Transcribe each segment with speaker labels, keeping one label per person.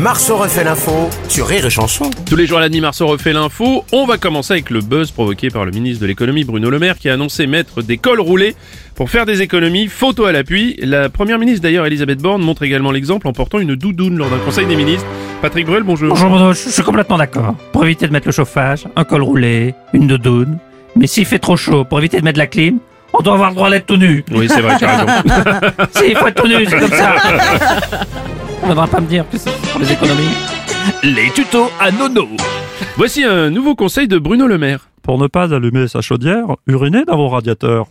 Speaker 1: Marceau refait l'info sur Rire et Chanson.
Speaker 2: Tous les jours à la nuit, Marceau refait l'info. On va commencer avec le buzz provoqué par le ministre de l'économie Bruno Le Maire qui a annoncé mettre des cols roulés pour faire des économies, photo à l'appui. La première ministre d'ailleurs, Elisabeth Borne, montre également l'exemple en portant une doudoune lors d'un conseil des ministres. Patrick Bruel, bonjour.
Speaker 3: Bonjour Bruno, je je suis complètement d'accord. Pour éviter de mettre le chauffage, un col roulé, une doudoune. Mais s'il fait trop chaud, pour éviter de mettre la clim, on doit avoir le droit d'être tout nu.
Speaker 2: Oui, c'est vrai, tu as raison.
Speaker 3: si, il faut être tout nu, c'est comme ça. On ne devrait pas me dire que c'est pour les économies.
Speaker 4: Les tutos à Nono.
Speaker 2: Voici un nouveau conseil de Bruno Le Maire.
Speaker 5: pour ne pas allumer sa chaudière, urinez dans vos radiateurs.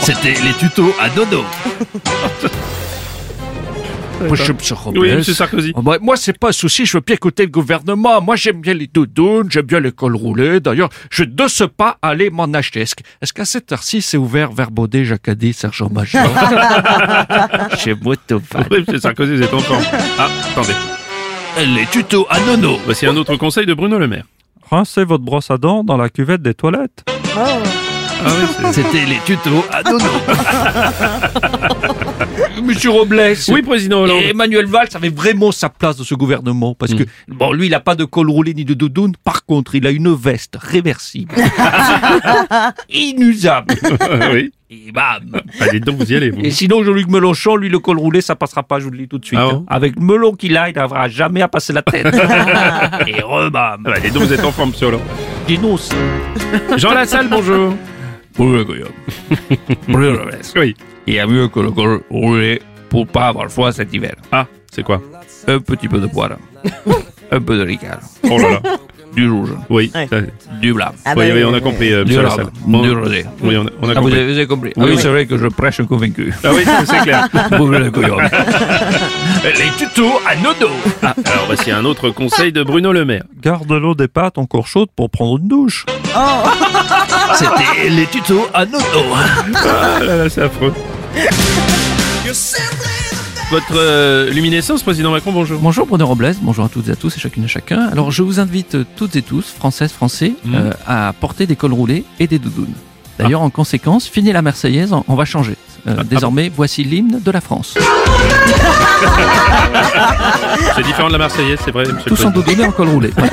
Speaker 4: C'était les tutos à Nono. Moi, je suis
Speaker 2: Oui, monsieur Sarkozy.
Speaker 4: Oh, bah, moi, c'est pas un souci, je veux bien écouter le gouvernement. Moi, j'aime bien les doudounes, j'aime bien les cols roulés. D'ailleurs, je de ce pas aller m'en acheter. Est-ce que- est-ce qu'à cette heure-ci, c'est ouvert vers Baudet, Jacadé, Sergent Major Chez Motovan.
Speaker 2: Oui, monsieur Sarkozy, vous êtes encore. Ah, attendez.
Speaker 4: Les tutos à Nono.
Speaker 2: Voici un autre conseil de Bruno Le Maire.
Speaker 5: Rincez votre brosse à dents dans la cuvette des toilettes.
Speaker 2: Ah oui, c'est-
Speaker 4: C'était les tutos à Nono. Monsieur Robles.
Speaker 2: Oui, président Hollande.
Speaker 4: Et Emmanuel Valls avait vraiment sa place dans ce gouvernement
Speaker 6: Hmm.
Speaker 4: parce que bon, lui, il n'a pas de col roulé ni de doudoune. Par contre, il a une veste réversible, inusable.
Speaker 2: oui.
Speaker 4: Et
Speaker 6: Hmm.
Speaker 4: bam.
Speaker 2: Bah, dites donc, vous y allez, vous.
Speaker 4: Et sinon, Jean-Luc Mélenchon, lui, le col roulé, ça passera pas. Je vous le dis tout de suite.
Speaker 2: Ah bon
Speaker 4: Avec le melon qu'il a, il n'arrivera jamais à passer la tête. Et rebam.
Speaker 2: Bah, dites donc, vous êtes en forme, monsieur Hollande.
Speaker 4: Dénonce.
Speaker 2: Jean Lassalle, bonjour.
Speaker 6: Bonjour, Guillaume. Bonjour, Lorenz.
Speaker 2: Oui.
Speaker 6: Il y a mieux que le col roulé pour pas avoir froid cet hiver.
Speaker 2: Ah, c'est quoi
Speaker 6: Un petit peu de poire, un peu de ricard,
Speaker 2: Oh là là.
Speaker 6: du rouge,
Speaker 2: Oui. ça-
Speaker 4: Ah
Speaker 6: du blanc,
Speaker 2: oui, oui, on a compris, euh,
Speaker 6: du
Speaker 2: monsieur Lassalle.
Speaker 6: rhum,
Speaker 2: Bon,
Speaker 6: du rosé.
Speaker 2: Oui, on a, on a
Speaker 6: Ah, vous,
Speaker 2: compris.
Speaker 6: avez, vous avez compris. Ah oui, c'est vrai que je prêche convaincu.
Speaker 2: Ah oui, c'est clair.
Speaker 6: Bonjour, Guillaume.
Speaker 4: Les tutos à nono.
Speaker 2: Ah, alors voici un autre conseil de Bruno Le Maire.
Speaker 5: Garde l'eau des pattes encore chaude pour prendre une douche.
Speaker 4: C'était les tutos à nono.
Speaker 2: Ah là là, c'est affreux. Votre euh, luminescence, président Macron, bonjour.
Speaker 7: Bonjour Bruno Robles, bonjour à toutes et à tous et chacune et chacun. Alors je vous invite euh, toutes et tous, françaises, français, euh, à porter des cols roulés et des doudounes. D'ailleurs, en conséquence, fini la Marseillaise, on- on va changer. Euh, désormais, voici l'hymne de la France.
Speaker 2: C'est différent de la Marseillaise, ah c'est vrai, monsieur le
Speaker 7: Tous en
Speaker 2: président.
Speaker 7: doudoune et en col roulé. Voilà.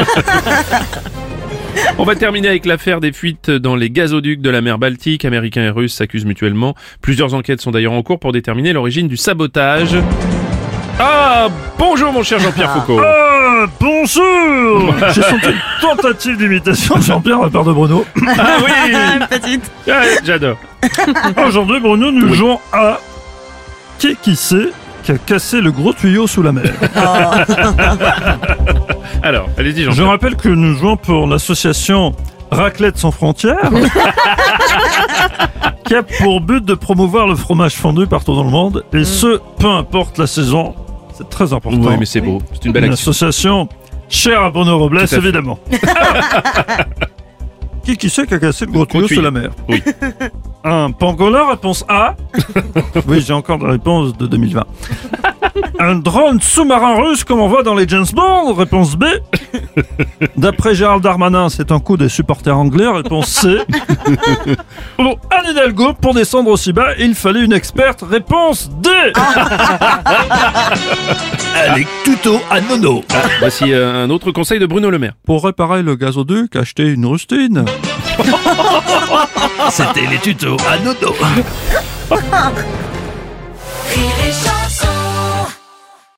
Speaker 2: On va terminer avec l'affaire des fuites dans les gazoducs de la mer Baltique. Américains et Russes s'accusent mutuellement. Plusieurs enquêtes sont d'ailleurs en cours pour déterminer l'origine du sabotage. Ah, bonjour mon cher Jean-Pierre Foucault.
Speaker 5: Euh, bonjour J'ai senti une tentative d'imitation de Jean-Pierre à part de Bruno.
Speaker 2: Ah oui, Ah, j'adore.
Speaker 5: Aujourd'hui, Bruno, nous jouons à... Qui qui sait qui a cassé le gros tuyau sous la mer
Speaker 2: Alors, allez-y
Speaker 5: Je
Speaker 2: Jean-Pierre.
Speaker 5: rappelle que nous jouons pour l'association Raclette sans frontières, qui a pour but de promouvoir le fromage fondu partout dans le monde, et ce, peu importe la saison, c'est très important.
Speaker 2: Oui, mais c'est beau, c'est une belle
Speaker 5: Une
Speaker 2: action.
Speaker 5: association chère à Bruno Robles,
Speaker 2: fait.
Speaker 5: évidemment. qui qui sait qui a cassé le gros tuyau
Speaker 2: tuyau.
Speaker 5: sur la mer
Speaker 2: Oui.
Speaker 5: Un pangolin, réponse A. oui, j'ai encore la réponse de 2020. Un drone sous-marin russe comme on voit dans les James Bond, réponse B. D'après Gérald Darmanin, c'est un coup des supporters anglais, réponse C. Bon, Anne Hidalgo, pour descendre aussi bas, il fallait une experte, réponse D.
Speaker 2: Ah.
Speaker 4: Les tutos à nono.
Speaker 2: Voici euh, un autre conseil de Bruno Le Maire.
Speaker 5: Pour réparer le gazoduc, acheter une rustine.
Speaker 4: C'était les tutos à nono.